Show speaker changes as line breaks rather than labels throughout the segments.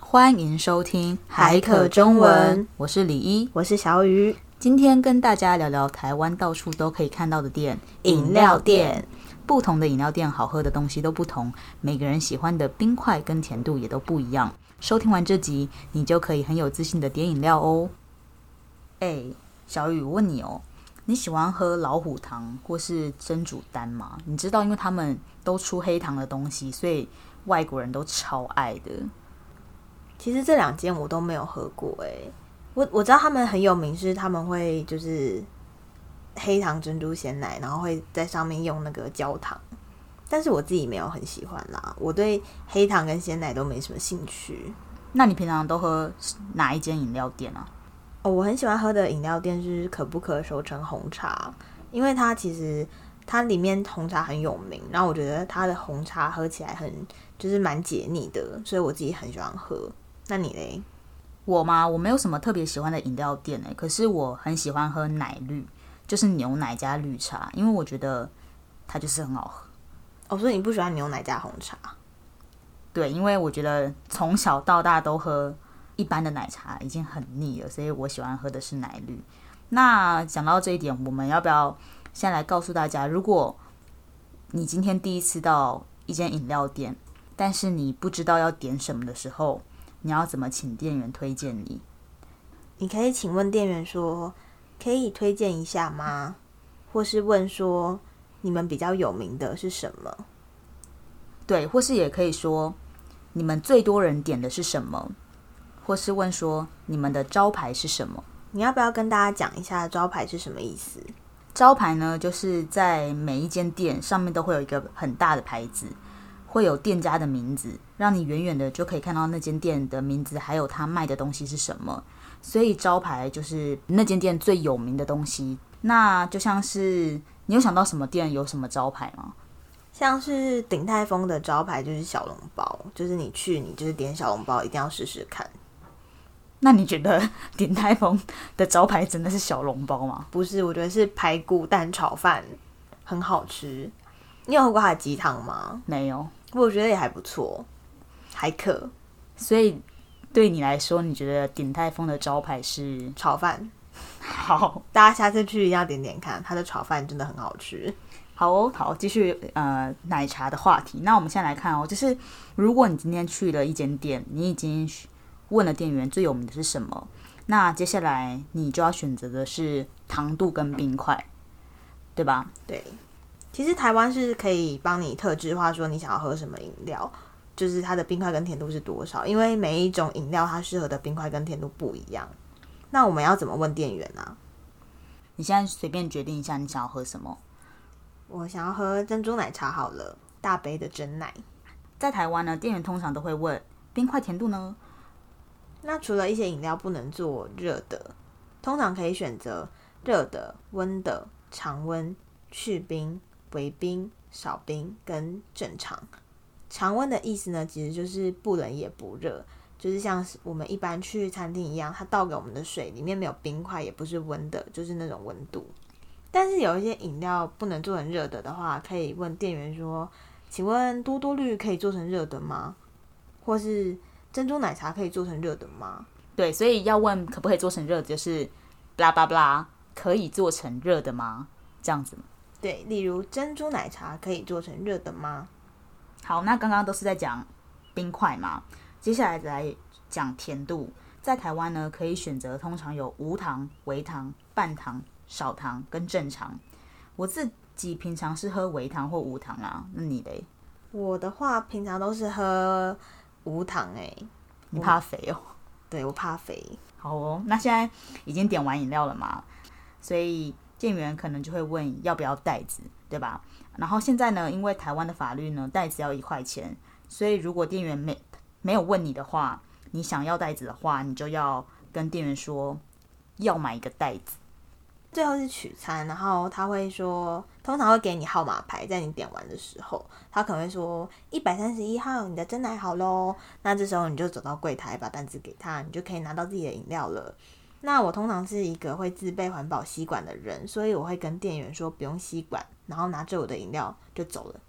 欢迎收听
海可中文，
我是李一。
我是小雨，
今天跟大家聊聊台湾到处都可以看到的店——
饮料店。
不同的饮料店好喝的东西都不同，每个人喜欢的冰块跟甜度也都不一样。收听完这集，你就可以很有自信的点饮料哦。哎，小雨，我问你哦，你喜欢喝老虎糖或是珍珠丹吗？你知道，因为他们都出黑糖的东西，所以外国人都超爱的。
其实这两间我都没有喝过、欸，哎，我我知道他们很有名，是他们会就是黑糖珍珠鲜奶，然后会在上面用那个焦糖，但是我自己没有很喜欢啦，我对黑糖跟鲜奶都没什么兴趣。
那你平常都喝哪一间饮料店啊？
哦，我很喜欢喝的饮料店是可不可熟成红茶，因为它其实它里面红茶很有名，然后我觉得它的红茶喝起来很就是蛮解腻的，所以我自己很喜欢喝。那你嘞？
我嘛，我没有什么特别喜欢的饮料店诶、可是我很喜欢喝奶绿，就是牛奶加绿茶，因为我觉得它就是很好喝。
哦，所以你不喜欢牛奶加红茶？
对，因为我觉得从小到大都喝一般的奶茶已经很腻了，所以我喜欢喝的是奶绿。那讲到这一点，我们要不要先来告诉大家，如果你今天第一次到一间饮料店，但是你不知道要点什么的时候，你要怎么请店员推荐你？
你可以请问店员说，可以推荐一下吗？或是问说你们比较有名的是什么？
对，或是也可以说你们最多人点的是什么，或是问说你们的招牌是什么。
你要不要跟大家讲一下招牌是什么意思？
招牌呢，就是在每一间店上面都会有一个很大的牌子，会有店家的名字，让你远远的就可以看到那间店的名字，还有他卖的东西是什么。所以招牌就是那间店最有名的东西。那就像是你有想到什么店有什么招牌吗？
像是鼎泰丰的招牌就是小笼包，就是你去你就是点小笼包，一定要试试看。
那你觉得鼎泰丰的招牌真的是小笼包吗？
不是，我觉得是排骨蛋炒饭很好吃。你有喝过它的鸡汤吗？
没有，
我觉得也还不错，还可
所以对你来说，你觉得鼎泰丰的招牌是
炒饭。
好
大家下次去一定要点点看，它的炒饭真的很好吃。
好哦，好，继续呃奶茶的话题。那我们现在来看哦，就是如果你今天去了一间店，你已经问了店员最有名的是什么，那接下来你就要选择的是糖度跟冰块，对吧？
对，其实台湾是可以帮你特制化，说你想要喝什么饮料，就是它的冰块跟甜度是多少，因为每一种饮料它适合的冰块跟甜度不一样。那我们要怎么问店员啊？
你现在随便决定一下你想要喝什么。
我想要喝珍珠奶茶好了，大杯的真奶。
在台湾呢，店员通常都会问冰块甜度呢，
那除了一些饮料不能做热的，通常可以选择热的、温的、常温、去冰、微冰、少冰跟正常。常温的意思呢，其实就是不冷也不热，就是像是我们一般去餐厅一样，它倒给我们的水里面没有冰块，也不是温的，就是那种温度。但是有一些饮料不能做成热的的话，可以问店员说：“请问多多绿可以做成热的吗？或是珍珠奶茶可以做成热的吗？”
对，所以要问可不可以做成热的，就是啦吧啦，可以做成热的吗？这样子。
对，例如珍珠奶茶可以做成热的吗？
好，那刚刚都是在讲冰块嘛，接下来来讲甜度。在台湾呢，可以选择通常有无糖、微糖、半糖、少糖跟正常。我自己平常是喝微糖或无糖啦，那你嘞？
我的话，平常都是喝无糖诶、
你怕肥哦？
对我怕肥。
好哦，那现在已经点完饮料了嘛，所以店员可能就会问要不要袋子，对吧？然后现在呢，因为台湾的法律呢，袋子要一块钱，所以如果店员没没有问你的话，你想要袋子的话，你就要跟店员说要买一个袋子。
最后是取餐，然后他会说，通常会给你号码牌，在你点完的时候，他可能会说一百三十一号，你的真奶好喽。那这时候你就走到柜台，把单子给他，你就可以拿到自己的饮料了。那我通常是一个会自备环保吸管的人，所以我会跟店员说不用吸管，然后拿着我的饮料就走了，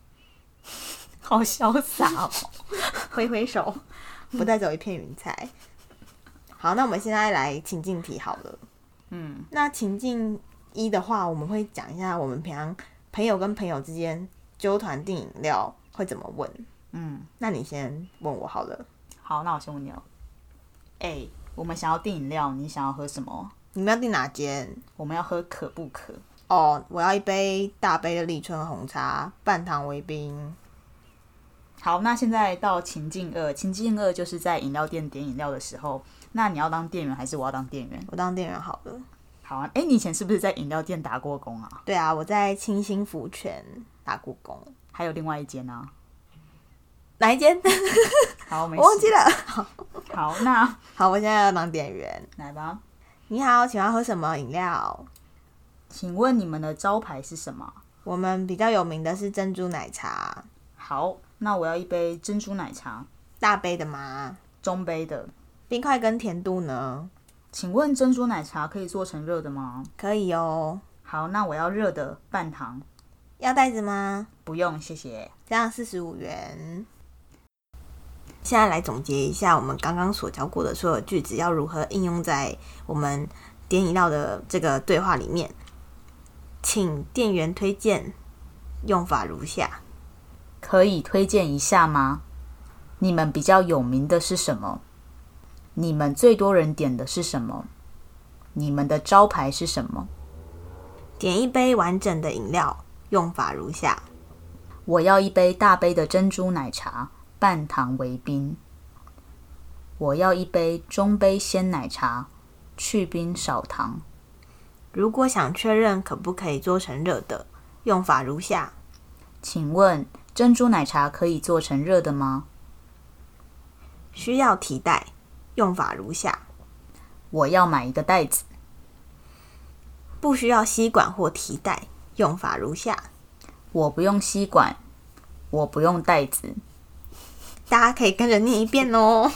好潇洒哦！
挥挥手。不带走一片云彩。好，那我们现在来情境题好了。嗯，那情境一的话，我们会讲一下我们平常朋友跟朋友之间纠团订饮料会怎么问。
嗯，
那你先问我好了，
好，那我先问你哦。哎、我们想要订饮料，你想要喝什么？
你们要订哪间？
我们要喝可不可？
哦，我要一杯大杯的立春红茶，半糖微冰。
好，那现在到情境二，情境二就是在饮料店点饮料的时候，那你要当店员还是我要当店员？
我当店员好了。
好啊，哎、你以前是不是在饮料店打过工啊？
对啊，我在清新福泉打过工，
还有另外一间啊。
哪一间？
好，没
我忘记
事。
了。
好，那
好，我现在要当店员。
来吧。
你好，请问要喝什么饮料？
请问你们的招牌是什么？
我们比较有名的是珍珠奶茶，
好，那我要一杯珍珠奶茶，
大杯的吗？
中杯的。
冰块跟甜度呢？
请问珍珠奶茶可以做成热的吗？
可以哦。
好，那我要热的半糖，
要袋子吗？
不用，谢谢。
这样四十五元。现在来总结一下我们刚刚所教过的所有句子，要如何应用在我们点饮料的这个对话里面。请店员推荐，用法如下：
可以推荐一下吗？你们比较有名的是什么？你们最多人点的是什么？你们的招牌是什么？
点一杯完整的饮料，用法如下。
我要一杯大杯的珍珠奶茶，半糖为冰。我要一杯中杯鲜奶茶，去冰少糖。
如果想确认可不可以做成热的，用法如下：
请问珍珠奶茶可以做成热的吗？
需要提袋，用法如下。
我要买一个袋子。
不需要吸管或提袋，用法如下。
我不用吸管，我不用袋子。
大家可以跟着念一遍哦。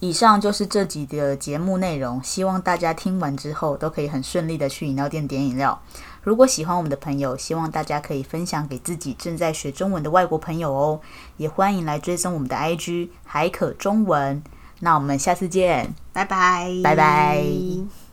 以上就是这集的节目内容，希望大家听完之后都可以很顺利的去饮料店点饮料。如果喜欢我们的朋友，希望大家可以分享给自己正在学中文的外国朋友哦，也欢迎来追踪我们的 IG 海可中文。那我们下次见。
拜拜，
拜拜